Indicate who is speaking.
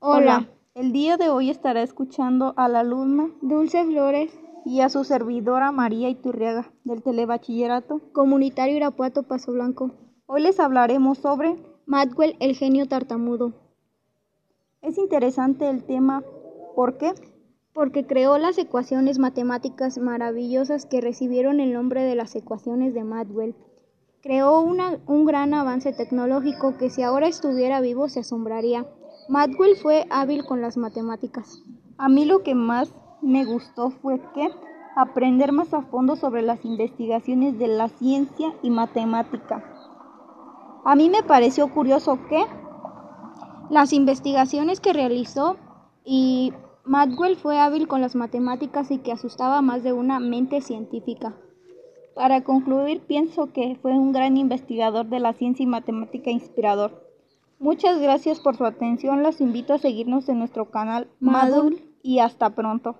Speaker 1: Hola.
Speaker 2: El día de hoy estará escuchando a la alumna
Speaker 1: Dulce Flores,
Speaker 2: y a su servidora María Iturriaga del Telebachillerato.
Speaker 1: comunitario Irapuato Paso Blanco.
Speaker 2: Hoy les hablaremos sobre
Speaker 1: Madwell, el genio tartamudo,
Speaker 2: es interesante el tema ¿por qué?
Speaker 1: porque creó las ecuaciones matemáticas maravillosas que recibieron el nombre de las ecuaciones de Madwell. Creó una- un gran avance tecnológico que si ahora estuviera vivo se asombraría. Madwell fue hábil con las matemáticas.
Speaker 2: A mí lo que más me gustó fue que aprender más a fondo sobre las investigaciones de la ciencia y matemática. A mí me pareció curioso que
Speaker 1: Las investigaciones que realizó y Madwell fue hábil con las matemáticas y que asustaba a más de una mente científica.
Speaker 2: Para concluir, pienso que fue un gran investigador de la ciencia y matemática inspirador. Muchas gracias por su atención. Los invito a seguirnos en nuestro canal
Speaker 1: Madul.
Speaker 2: Madul y hasta pronto.